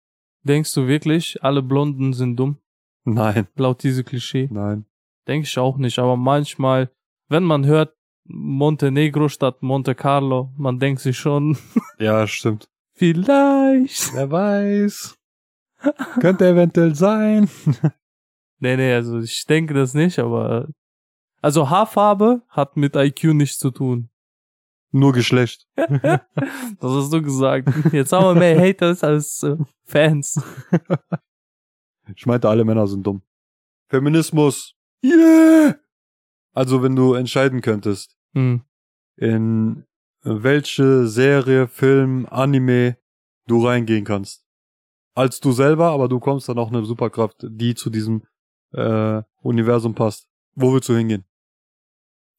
Speaker 2: Denkst du wirklich, alle Blonden sind dumm?
Speaker 1: Nein.
Speaker 2: Laut diese Klischee?
Speaker 1: Nein.
Speaker 2: Denke ich auch nicht, aber manchmal, wenn man hört Montenegro statt Monte Carlo, man denkt sich schon,
Speaker 1: Ja, stimmt.
Speaker 2: vielleicht.
Speaker 1: Wer weiß. Könnte eventuell sein.
Speaker 2: Nee, nee, also ich denke das nicht, aber. Also Haarfarbe hat mit IQ nichts zu tun.
Speaker 1: Nur Geschlecht.
Speaker 2: Das hast du gesagt. Jetzt haben wir mehr Haters als äh, Fans.
Speaker 1: Ich meinte, alle Männer sind dumm. Feminismus. Yeah! Also, wenn du entscheiden könntest,
Speaker 2: Hm.
Speaker 1: in welche Serie, Film, Anime du reingehen kannst. Als du selber, aber du kommst dann auch eine Superkraft, die zu diesem äh, Universum passt. Wo willst du hingehen?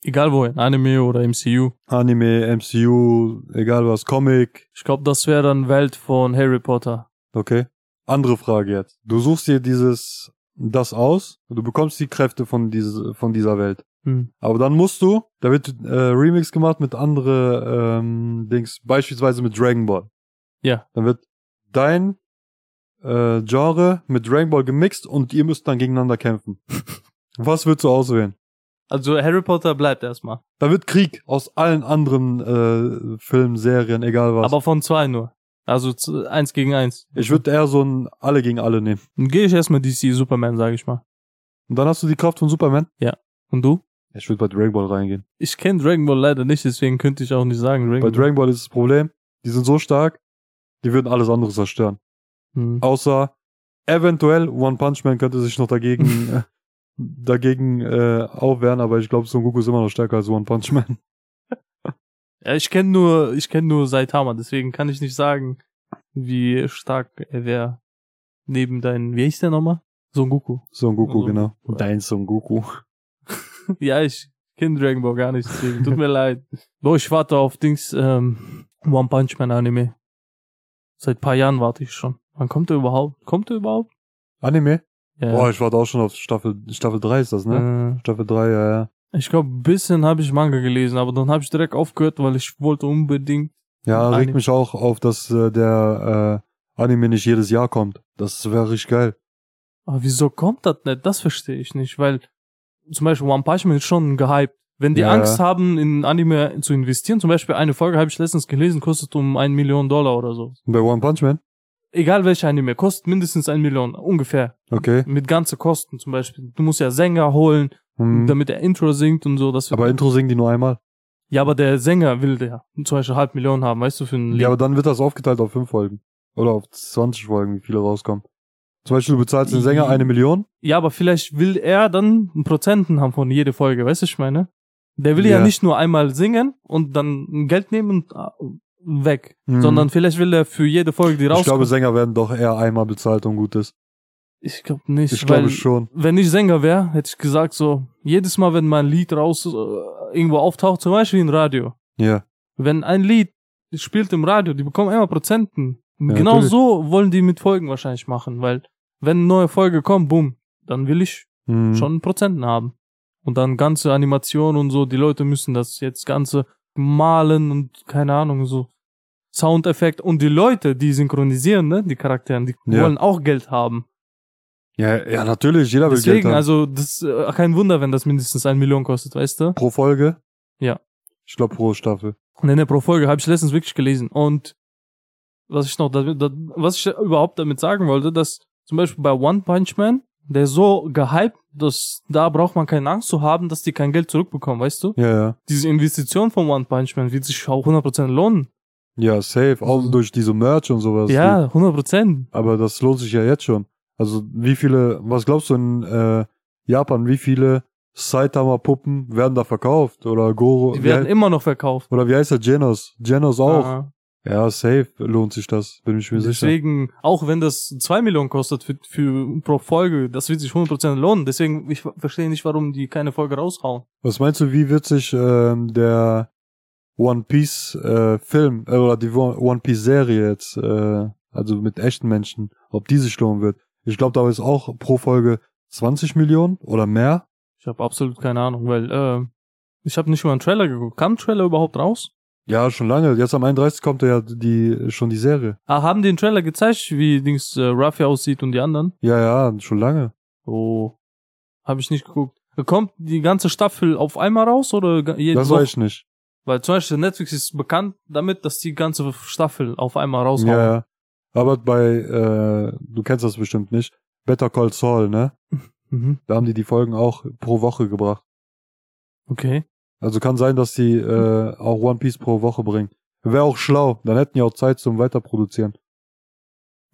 Speaker 2: Egal wohin, Anime oder MCU.
Speaker 1: Anime, MCU, egal was, Comic,
Speaker 2: Ich glaube, das wäre dann Welt von Harry Potter.
Speaker 1: Okay. Andere Frage jetzt. Du suchst dir dieses, das aus, und du bekommst die Kräfte von, diese, von dieser Welt.
Speaker 2: Hm.
Speaker 1: Aber dann musst du, da wird äh, Remix gemacht mit andere ähm, Dings, beispielsweise mit Dragon Ball.
Speaker 2: Ja.
Speaker 1: Dann wird dein äh, Genre mit Dragon Ball gemixt und ihr müsst dann gegeneinander kämpfen. Was würdest du auswählen?
Speaker 2: Also Harry Potter bleibt erstmal.
Speaker 1: Da wird Krieg aus allen anderen äh, Filmen, Serien, egal was.
Speaker 2: Aber von zwei nur. Also z- eins gegen eins.
Speaker 1: ich würde eher so ein Alle gegen Alle nehmen.
Speaker 2: Dann gehe ich erstmal DC Superman, sage ich mal.
Speaker 1: Und dann hast du die Kraft von Superman.
Speaker 2: Und du?
Speaker 1: Ich würde bei Dragon Ball reingehen.
Speaker 2: Ich kenne Dragon Ball leider nicht, deswegen könnte ich auch nicht sagen.
Speaker 1: Bei
Speaker 2: Dragon Ball.
Speaker 1: Dragon Ball ist das Problem, die sind so stark, die würden alles andere zerstören.
Speaker 2: Hm.
Speaker 1: Außer eventuell One Punch Man könnte sich noch dagegen äh, dagegen äh, aufwehren, aber ich glaube, Son Goku ist immer noch stärker als One Punch Man.
Speaker 2: Ja, ich kenne nur, ich kenne nur Saitama, deswegen kann ich nicht sagen, wie stark er wäre. Neben deinen, wie hieß der nochmal? Son Goku.
Speaker 1: Son Goku,
Speaker 2: Also,
Speaker 1: genau.
Speaker 2: ja.
Speaker 1: Dein Son Goku.
Speaker 2: ja, ich kenne Dragon Ball gar nicht, deswegen tut mir leid. Boah, ich warte auf Dings, ähm, One Punch Man Anime. Seit paar Jahren warte ich schon. Wann kommt er überhaupt? Kommt er überhaupt?
Speaker 1: Anime?
Speaker 2: Ja.
Speaker 1: Boah, ich warte auch schon auf Staffel, Staffel 3 ist das, ne? Staffel 3, ja, ja.
Speaker 2: Äh, ich glaube, ein bisschen habe ich Manga gelesen, aber dann habe ich direkt aufgehört, weil ich wollte unbedingt.
Speaker 1: Ja, regt
Speaker 2: Anime.
Speaker 1: mich auch auf, dass äh, der äh, Anime nicht jedes Jahr kommt. Das wäre richtig geil.
Speaker 2: Aber wieso kommt das nicht? Das verstehe ich nicht, weil zum Beispiel One Punch Man ist schon gehypt. Wenn die
Speaker 1: Ja,
Speaker 2: Angst
Speaker 1: ja.
Speaker 2: haben, in Anime zu investieren, zum Beispiel eine Folge habe ich letztens gelesen, kostet um 1 Million Dollar oder so.
Speaker 1: Und bei One Punch Man?
Speaker 2: Egal welche Anime, kostet mindestens 1 Million, ungefähr.
Speaker 1: Okay.
Speaker 2: mit ganze Kosten zum Beispiel. Du musst ja Sänger holen,
Speaker 1: Hm.
Speaker 2: damit er Intro singt und so. Das
Speaker 1: Aber Intro singen die nur einmal.
Speaker 2: ja, aber der Sänger will der zum Beispiel halb Million haben, weißt du, für ein Lied.
Speaker 1: Ja, aber dann wird das aufgeteilt auf fünf Folgen. Oder auf 20 Folgen, wie viele rauskommen. Zum Beispiel, du bezahlst den Sänger
Speaker 2: Mhm.
Speaker 1: eine Million.
Speaker 2: Ja, aber vielleicht will er dann einen Prozenten haben von jeder Folge, weißt du, ich meine? Der will ja.
Speaker 1: Ja.
Speaker 2: nicht nur einmal singen und dann Geld nehmen und ah, weg,
Speaker 1: Mhm.
Speaker 2: sondern vielleicht will er für jede Folge, die
Speaker 1: Ich glaube,
Speaker 2: rauskommt.
Speaker 1: Sänger werden doch eher einmal bezahlt und gut ist.
Speaker 2: Ich glaube nicht,
Speaker 1: Ich
Speaker 2: weil
Speaker 1: glaube schon.
Speaker 2: wenn ich Sänger wäre, hätte ich gesagt so, jedes Mal, wenn mein Lied raus äh, irgendwo auftaucht, zum Beispiel im Radio,
Speaker 1: Ja.
Speaker 2: Wenn ein Lied spielt im Radio, die bekommen immer Prozenten.
Speaker 1: Ja,
Speaker 2: genau
Speaker 1: natürlich.
Speaker 2: so wollen die mit Folgen wahrscheinlich machen, weil wenn eine neue Folge kommt, boom, dann will ich
Speaker 1: Hm.
Speaker 2: schon Prozenten haben. Und dann ganze Animation und so, die Leute müssen das jetzt ganze malen und keine Ahnung, so Soundeffekt. Und die Leute, die synchronisieren, ne, die Charakteren, die
Speaker 1: Ja.
Speaker 2: wollen auch Geld haben.
Speaker 1: Ja, ja, natürlich. Jeder will Geld
Speaker 2: Deswegen,
Speaker 1: haben.
Speaker 2: also, das äh, kein Wunder, wenn das mindestens ein Million kostet, weißt du?
Speaker 1: pro Folge?
Speaker 2: Ja.
Speaker 1: Ich glaube, pro Staffel.
Speaker 2: Nee, nee, pro Folge habe ich letztens wirklich gelesen. Und was ich noch, damit, da- was ich überhaupt damit sagen wollte, dass zum Beispiel bei One Punch Man, der ist so gehypt, dass da braucht man keine Angst zu haben, dass die kein Geld zurückbekommen, weißt du?
Speaker 1: Ja, ja.
Speaker 2: Diese Investition von One Punch Man wird sich auch 100% lohnen.
Speaker 1: Ja, safe. Auch
Speaker 2: Mhm.
Speaker 1: durch diese Merch und sowas.
Speaker 2: ja, 100%.
Speaker 1: Aber das lohnt sich ja jetzt schon. Also, wie viele, was glaubst du in äh, Japan, wie viele Saitama-Puppen werden da verkauft? Oder Goro?
Speaker 2: Die
Speaker 1: wie
Speaker 2: werden
Speaker 1: hei-
Speaker 2: immer noch verkauft.
Speaker 1: oder wie heißt der? Genos. Genos auch.
Speaker 2: Ah,
Speaker 1: Ja, safe lohnt sich das, bin ich mir sicher.
Speaker 2: Deswegen, auch wenn das 2 Millionen kostet für, für pro Folge, das wird sich 100% lohnen. Deswegen, ich verstehe nicht, warum die keine Folge raushauen.
Speaker 1: Was meinst du, wie wird sich ähm, der One Piece äh, Film äh, oder die Wo- One Piece Serie jetzt, äh, also mit echten Menschen, ob die sich lohnen wird? Ich glaube, da ist auch pro Folge 20 Millionen oder mehr.
Speaker 2: Ich habe absolut keine Ahnung, weil äh, ich habe nicht mal einen Trailer geguckt. Kam ein Trailer überhaupt raus?
Speaker 1: Ja, schon lange. Jetzt am 31. kommt ja die schon die Serie.
Speaker 2: Ah, haben den Trailer gezeigt, wie Dings äh, Ruffy aussieht und die anderen?
Speaker 1: Ja, ja, schon lange.
Speaker 2: Oh, habe ich nicht geguckt. Kommt die ganze Staffel auf einmal raus oder ga- jede
Speaker 1: das
Speaker 2: Woche?
Speaker 1: weiß ich nicht.
Speaker 2: Weil zum Beispiel Netflix ist bekannt damit, dass die ganze Staffel auf einmal raushauen.
Speaker 1: Ja, ja. Aber bei, äh, du kennst das bestimmt nicht, Better Call Saul, ne?
Speaker 2: Mhm.
Speaker 1: Da haben die die Folgen auch pro Woche gebracht.
Speaker 2: Okay.
Speaker 1: Also kann sein, dass die äh, auch One Piece pro Woche bringen. Wäre auch schlau, dann hätten die auch Zeit zum Weiterproduzieren.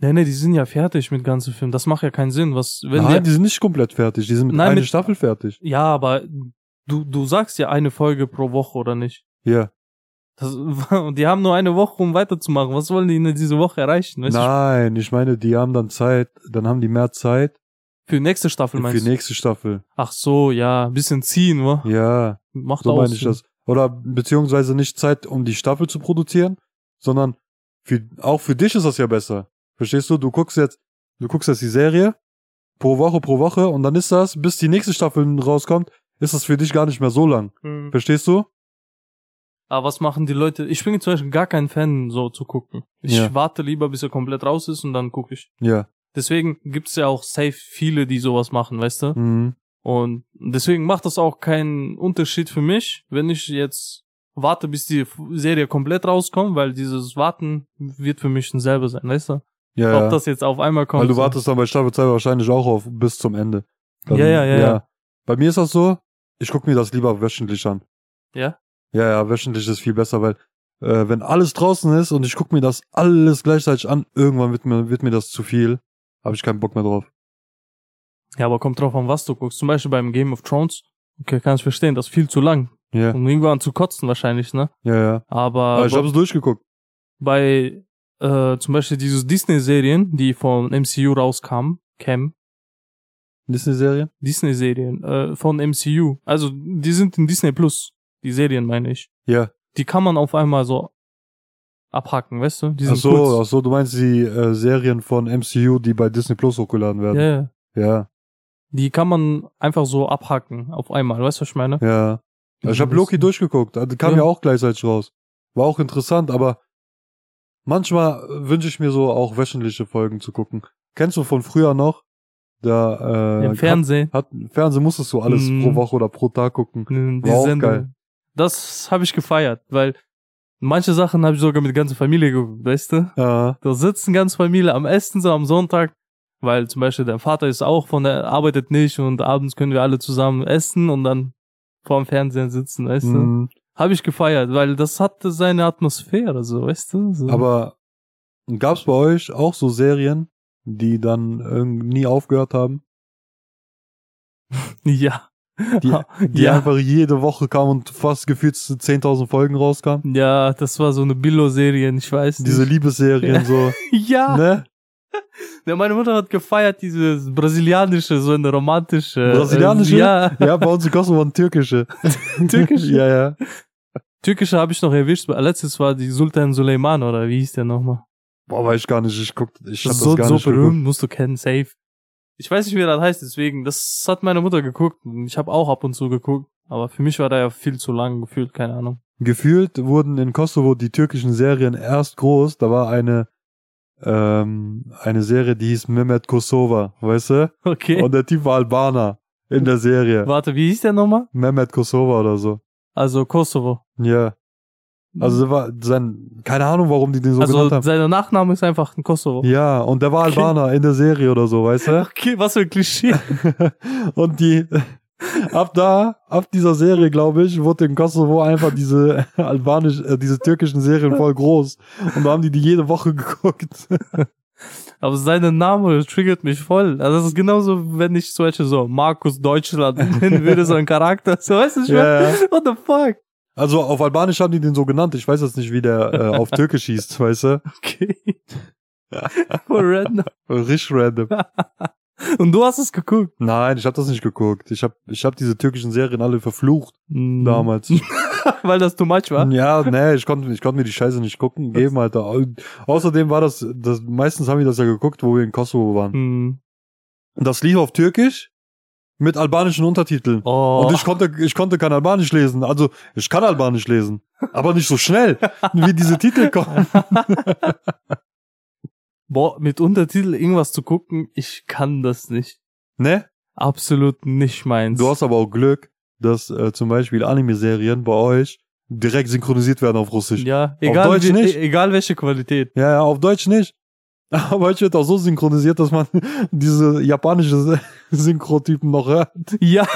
Speaker 2: Nee, nee, die sind ja fertig mit ganzen Film. Das macht ja keinen Sinn. Was, wenn
Speaker 1: Nein,
Speaker 2: die,
Speaker 1: die sind nicht komplett fertig, die sind mit
Speaker 2: Nein,
Speaker 1: einer
Speaker 2: mit-
Speaker 1: Staffel fertig.
Speaker 2: ja, aber du, du sagst ja eine Folge pro Woche, oder nicht?
Speaker 1: Ja.
Speaker 2: Das, und die haben nur eine Woche, um weiterzumachen. Was wollen die in diese Woche erreichen? Weißt du,
Speaker 1: Nein, ich meine, die haben dann Zeit, dann haben die mehr Zeit
Speaker 2: für nächste Staffel
Speaker 1: für
Speaker 2: meinst
Speaker 1: die
Speaker 2: du?
Speaker 1: nächste Staffel.
Speaker 2: Ach so, ja, ein bisschen ziehen, wa?
Speaker 1: Ja,
Speaker 2: Macht
Speaker 1: so
Speaker 2: auch
Speaker 1: meine ich
Speaker 2: Sinn.
Speaker 1: das. Oder beziehungsweise nicht Zeit, um die Staffel zu produzieren, sondern für, auch für dich ist das ja besser. Verstehst du? Du guckst jetzt, du guckst jetzt die Serie pro Woche, pro Woche und dann ist das, bis die nächste Staffel rauskommt, ist das für dich gar nicht mehr so lang.
Speaker 2: Hm.
Speaker 1: Verstehst du?
Speaker 2: Aber was machen die Leute? Ich bin zum Beispiel gar kein Fan, so zu gucken. Ich
Speaker 1: Ja.
Speaker 2: warte lieber, bis er komplett raus ist und dann gucke ich.
Speaker 1: Ja.
Speaker 2: Deswegen gibt's ja auch safe viele, die sowas machen, weißt du?
Speaker 1: Mhm.
Speaker 2: Und deswegen macht das auch keinen Unterschied für mich, wenn ich jetzt warte, bis die F- Serie komplett rauskommt, weil dieses Warten wird für mich ein selber sein, weißt du?
Speaker 1: Ja, ja.
Speaker 2: Ob das jetzt auf einmal kommt.
Speaker 1: Weil du
Speaker 2: so.
Speaker 1: wartest dann bei Staffel 2 wahrscheinlich auch auf bis zum Ende. Dann-
Speaker 2: Ja, ja, ja, ja.
Speaker 1: Bei mir ist das so, ich gucke mir das lieber wöchentlich an.
Speaker 2: Ja?
Speaker 1: Ja, ja, wöchentlich ist viel besser, weil äh, wenn alles draußen ist und ich gucke mir das alles gleichzeitig an, irgendwann wird mir, wird mir das zu viel. Habe ich keinen Bock mehr drauf.
Speaker 2: Ja, aber kommt drauf an, was du guckst. Zum Beispiel beim Game of Thrones. Okay, kann ich verstehen, das ist viel zu lang.
Speaker 1: Ja,
Speaker 2: Um irgendwann zu kotzen wahrscheinlich, ne?
Speaker 1: ja, ja.
Speaker 2: Aber,
Speaker 1: Aber ich hab's durchgeguckt.
Speaker 2: bei äh, zum Beispiel diese Disney-Serien, die vom MCU rauskamen, Cam,
Speaker 1: Disney-Serie?
Speaker 2: Disney-Serien äh, von MCU, also die sind in Disney Plus, die Serien meine ich.
Speaker 1: Ja.
Speaker 2: Die kann man auf einmal so abhaken, weißt du? Die
Speaker 1: Ach
Speaker 2: sind
Speaker 1: so, ach so, du meinst die äh, Serien von MCU, die bei Disney Plus hochgeladen
Speaker 2: Ja,
Speaker 1: werden.
Speaker 2: ja.
Speaker 1: Ja,
Speaker 2: Die kann man einfach so abhaken auf einmal, weißt du, was ich meine?
Speaker 1: ja. Also ich habe Loki durchgeguckt, also kam ja.
Speaker 2: Ja.
Speaker 1: auch gleichzeitig raus. War auch interessant, aber manchmal wünsche ich mir so auch wöchentliche Folgen zu gucken. Kennst du von früher noch? Da äh,
Speaker 2: Im Fernsehen.
Speaker 1: Hat, hat, Fernsehen musstest du alles
Speaker 2: Mhm.
Speaker 1: pro Woche oder pro Tag gucken.
Speaker 2: Die
Speaker 1: War auch
Speaker 2: Sendung.
Speaker 1: geil.
Speaker 2: Das habe ich gefeiert, weil manche Sachen habe ich sogar mit der ganzen Familie geguckt, weißt du?
Speaker 1: Ja,
Speaker 2: Da sitzen ganz Familie am Essen so am Sonntag, weil zum Beispiel dein Vater ist auch von der, arbeitet nicht und abends können wir alle zusammen essen und dann vorm Fernsehen sitzen, weißt du.
Speaker 1: mhm.
Speaker 2: Habe ich gefeiert, weil das hatte seine Atmosphäre, so, weißt du. So.
Speaker 1: aber gab's bei euch auch so Serien, die dann irgend- nie aufgehört haben?
Speaker 2: ja.
Speaker 1: Die, die
Speaker 2: ja.
Speaker 1: einfach jede Woche kam und fast gefühlt 10.000 Folgen rauskamen?
Speaker 2: ja, das war so eine Billo-Serien, ich weiß
Speaker 1: Diese
Speaker 2: nicht.
Speaker 1: Liebesserien so,
Speaker 2: ja,
Speaker 1: ne?
Speaker 2: ja, meine Mutter hat gefeiert, dieses brasilianische, so eine romantische. äh,
Speaker 1: Brasilianische?
Speaker 2: ja,
Speaker 1: Ja, bei uns in Kosovo waren türkische.
Speaker 2: türkische.
Speaker 1: ja, ja.
Speaker 2: Türkische habe ich noch erwischt, letztes war die Sultan Suleiman, oder wie hieß der nochmal?
Speaker 1: Boah, weiß ich gar nicht, ich guck, ich hab
Speaker 2: das ist
Speaker 1: das
Speaker 2: so,
Speaker 1: gar
Speaker 2: so
Speaker 1: nicht geguckt.
Speaker 2: berühmt, musst du kennen, safe. Ich weiß nicht, wie das heißt, deswegen, das hat meine Mutter geguckt. Ich habe auch ab und zu geguckt, aber für mich war da ja viel zu lang gefühlt, keine Ahnung.
Speaker 1: Gefühlt wurden in Kosovo die türkischen Serien erst groß. Da war eine, ähm, eine Serie, die hieß Mehmet Kosova, weißt du?
Speaker 2: Okay.
Speaker 1: Und der Typ war Albaner in der Serie.
Speaker 2: Warte, wie hieß der nochmal?
Speaker 1: Mehmet Kosova oder so.
Speaker 2: Also Kosovo.
Speaker 1: Ja. Also der war sein, keine Ahnung, warum die den so
Speaker 2: also
Speaker 1: genannt haben.
Speaker 2: sein Nachname ist einfach ein Kosovo.
Speaker 1: Ja, und der war
Speaker 2: Okay.
Speaker 1: Albaner in der Serie oder so, weißt du?
Speaker 2: Okay, was für ein Klischee.
Speaker 1: Und die, ab da, ab dieser Serie, glaube ich, wurde in Kosovo einfach diese albanisch, äh, diese türkischen Serien voll groß. Und da haben die die jede Woche geguckt.
Speaker 2: Aber sein Name triggert mich voll. Also das ist genauso, wenn ich zum Beispiel so Markus Deutschland nennen würde, so ein Charakter. So, weißt du, ich meine,
Speaker 1: Ja, ja.
Speaker 2: what the fuck?
Speaker 1: Also auf Albanisch haben die den so genannt. Ich weiß jetzt nicht, wie der äh, auf Türkisch hieß, weißt du?
Speaker 2: Okay. Voll random.
Speaker 1: Richtig random.
Speaker 2: Und du hast es geguckt.
Speaker 1: Nein, ich habe das nicht geguckt. Ich habe ich hab diese türkischen Serien alle verflucht
Speaker 2: Hm.
Speaker 1: damals.
Speaker 2: Weil das too much war.
Speaker 1: Ja, nee, ich konnte ich konnte mir die Scheiße nicht gucken geben, Alter. Au- Außerdem war das, das meistens haben wir das ja geguckt, wo wir in Kosovo waren.
Speaker 2: Hm.
Speaker 1: Das lief auf Türkisch mit albanischen Untertiteln.
Speaker 2: Oh.
Speaker 1: Und ich konnte, ich konnte kein Albanisch lesen. Also, ich kann Albanisch lesen. Aber nicht so schnell, wie diese Titel kommen.
Speaker 2: Boah, mit Untertitel irgendwas zu gucken, ich kann das nicht.
Speaker 1: Ne?
Speaker 2: Absolut nicht meins.
Speaker 1: Du hast aber auch Glück, dass äh, zum Beispiel Anime-Serien bei euch direkt synchronisiert werden auf Russisch. Ja,
Speaker 2: ja, egal,
Speaker 1: Deutsch
Speaker 2: wie,
Speaker 1: nicht?
Speaker 2: e- egal welche Qualität.
Speaker 1: ja, auf Deutsch nicht. Aber ich wird auch so synchronisiert, dass man diese japanische Synchrotypen noch hört.
Speaker 2: Ja.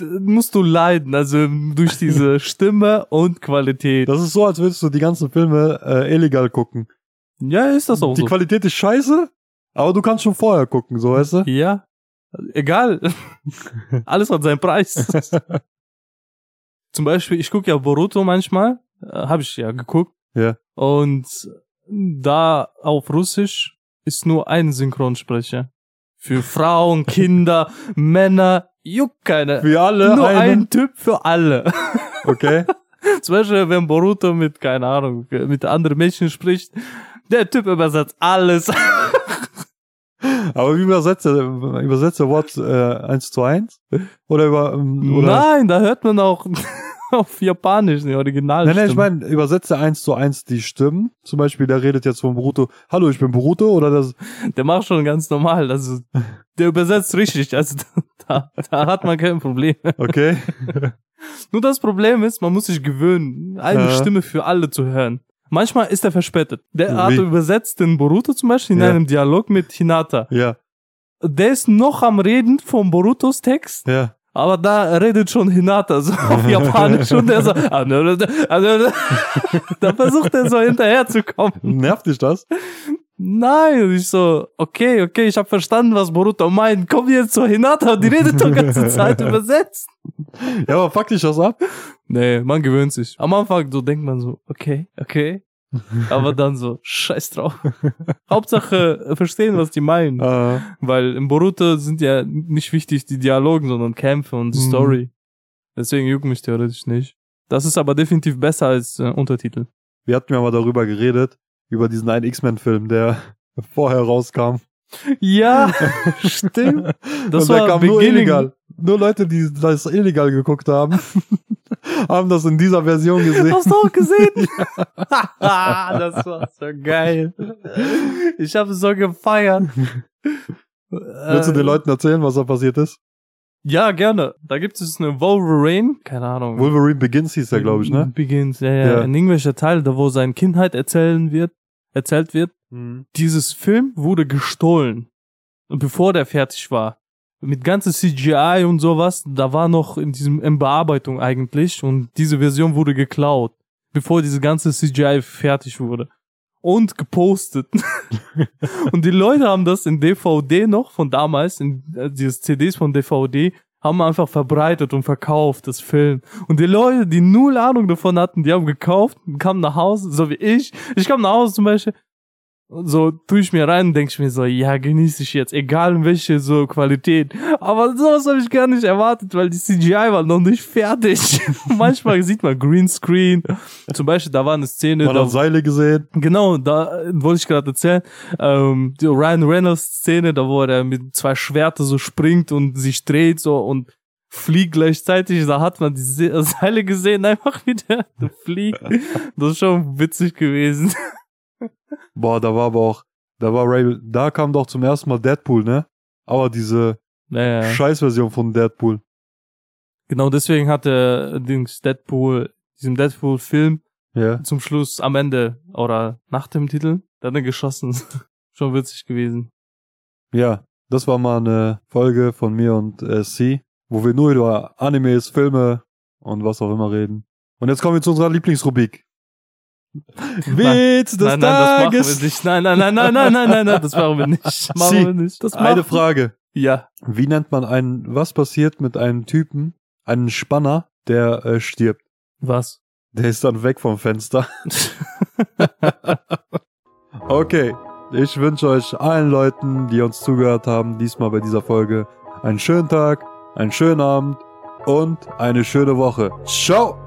Speaker 2: musst du leiden, also durch diese Stimme und Qualität.
Speaker 1: Das ist so, als würdest du die ganzen Filme äh, illegal gucken.
Speaker 2: Ja, ist das auch
Speaker 1: die
Speaker 2: so.
Speaker 1: Qualität ist scheiße, aber du kannst schon vorher gucken, so weißt du?
Speaker 2: ja. Egal. Alles hat seinen Preis. Zum Beispiel, ich gucke ja Boruto manchmal. Äh, Habe ich ja geguckt.
Speaker 1: Ja.
Speaker 2: Und da auf Russisch ist nur ein Synchronsprecher. Für Frauen, Kinder, Männer, juckt keine.
Speaker 1: Wie alle
Speaker 2: Nur
Speaker 1: einen.
Speaker 2: ein Typ für alle.
Speaker 1: Okay.
Speaker 2: Zum Beispiel, wenn Boruto mit, keine Ahnung, mit anderen Menschen spricht, der Typ übersetzt alles.
Speaker 1: Aber wie übersetzt er, übersetzt er Wort äh, 1 zu 1? Oder über ähm, oder
Speaker 2: Nein, da hört man auch auf Japanisch die Original.
Speaker 1: Nein, nein, ich meine, übersetzt er 1 zu 1 die Stimmen. Zum Beispiel, der redet jetzt von Bruto, hallo, ich bin Bruto, oder das.
Speaker 2: Der macht schon ganz normal. Also, der übersetzt richtig. Also, da, da hat man kein Problem.
Speaker 1: Okay.
Speaker 2: Nur das Problem ist, man muss sich gewöhnen, eine
Speaker 1: Ja.
Speaker 2: Stimme für alle zu hören. Manchmal ist er verspätet. Der hat
Speaker 1: Wie?
Speaker 2: übersetzt den Boruto zum Beispiel in
Speaker 1: Ja.
Speaker 2: einem Dialog mit Hinata.
Speaker 1: ja,
Speaker 2: Der ist noch am Reden von Borutos Text,
Speaker 1: ja.
Speaker 2: aber da redet schon Hinata so auf Japanisch und der so. ah, ne, Da versucht er so hinterherzukommen.
Speaker 1: Nervt dich das?
Speaker 2: nein. Und ich so, okay, okay, ich habe verstanden, was Boruto meint. Komm jetzt zur Hinata, die redet doch ganze Zeit übersetzt.
Speaker 1: Ja, aber fuck dich das ab.
Speaker 2: Nee, man gewöhnt sich. Am Anfang so denkt man so, okay, okay. Aber dann so, scheiß drauf. Hauptsache äh, verstehen, was die meinen.
Speaker 1: Äh,
Speaker 2: Weil in Boruto sind ja nicht wichtig die Dialogen, sondern Kämpfe und die
Speaker 1: Mhm.
Speaker 2: Story. Deswegen juckt mich theoretisch nicht. Das ist aber definitiv besser als äh, Untertitel.
Speaker 1: wir hatten ja mal darüber geredet, über diesen einen X-Men-Film, der vorher rauskam.
Speaker 2: Ja, stimmt. Das
Speaker 1: und der
Speaker 2: war
Speaker 1: kam nur
Speaker 2: Beginning.
Speaker 1: illegal. Nur Leute, die das illegal geguckt haben, haben das in dieser Version gesehen.
Speaker 2: Hast du auch gesehen? das war so geil. Ich habe so gefeiert.
Speaker 1: Willst du
Speaker 2: Äh,
Speaker 1: den Leuten erzählen, was da passiert ist?
Speaker 2: Ja, gerne. Da gibt es eine Wolverine. Keine Ahnung.
Speaker 1: Wolverine Begins hieß der, glaube ich, ne?
Speaker 2: Begins, ja, ja.
Speaker 1: Ja.
Speaker 2: In irgendwelcher Teil, da wo seine Kindheit erzählen wird, erzählt wird. Dieses Film wurde gestohlen. Und Bevor der fertig war. Mit ganzem CGI und sowas, da war noch in diesem, in Bearbeitung eigentlich. Und diese Version wurde geklaut. Bevor diese ganze CGI fertig wurde. Und gepostet. und die Leute haben das in DVD noch von damals, in äh, dieses CDs von DVD, haben einfach verbreitet und verkauft, das Film. Und die Leute, die null Ahnung davon hatten, die haben gekauft und kamen nach Hause, so wie ich. Ich kam nach Hause zum Beispiel, und so tue ich mir rein und denke ich mir so, ja, genieße ich jetzt, egal in welche so Qualität. Aber sowas habe ich gar nicht erwartet, weil die CGI war noch nicht fertig. Manchmal sieht man Greenscreen. Zum Beispiel, da war eine Szene,
Speaker 1: Man
Speaker 2: da
Speaker 1: hat Seile gesehen.
Speaker 2: Genau, da äh, wollte ich gerade erzählen. Ähm, die Ryan Reynolds-Szene, da wo er mit zwei Schwertern so springt und sich dreht so und fliegt gleichzeitig, da hat man die Se Seile gesehen, einfach wieder fliegt. Das ist schon witzig gewesen.
Speaker 1: Boah, da war aber auch, da war Ray, da kam doch zum ersten Mal Deadpool, ne? Aber diese
Speaker 2: Naja.
Speaker 1: Scheißversion von Deadpool.
Speaker 2: Genau deswegen hat er Dings Deadpool, diesem Deadpool-Film
Speaker 1: Ja.
Speaker 2: zum Schluss am Ende oder nach dem Titel, dann geschossen. schon witzig gewesen.
Speaker 1: Ja, das war mal eine Folge von mir und äh, C, wo wir nur über Animes, Filme und was auch immer reden. Und jetzt kommen wir zu unserer Lieblingsrubrik. Witz des
Speaker 2: nein, nein, das machen
Speaker 1: Tages.
Speaker 2: wir nicht. Nein, nein, nein, nein, nein, nein, nein, nein, das machen wir nicht. Machen
Speaker 1: Sie,
Speaker 2: wir nicht. Das machen
Speaker 1: Eine Frage.
Speaker 2: Ja.
Speaker 1: Wie nennt man einen, was passiert mit einem Typen, einem Spanner, der äh, stirbt?
Speaker 2: Was?
Speaker 1: Der ist dann weg vom Fenster. Okay, ich wünsche euch allen Leuten, die uns zugehört haben, diesmal bei dieser Folge, einen schönen Tag, einen schönen Abend und eine schöne Woche. Ciao!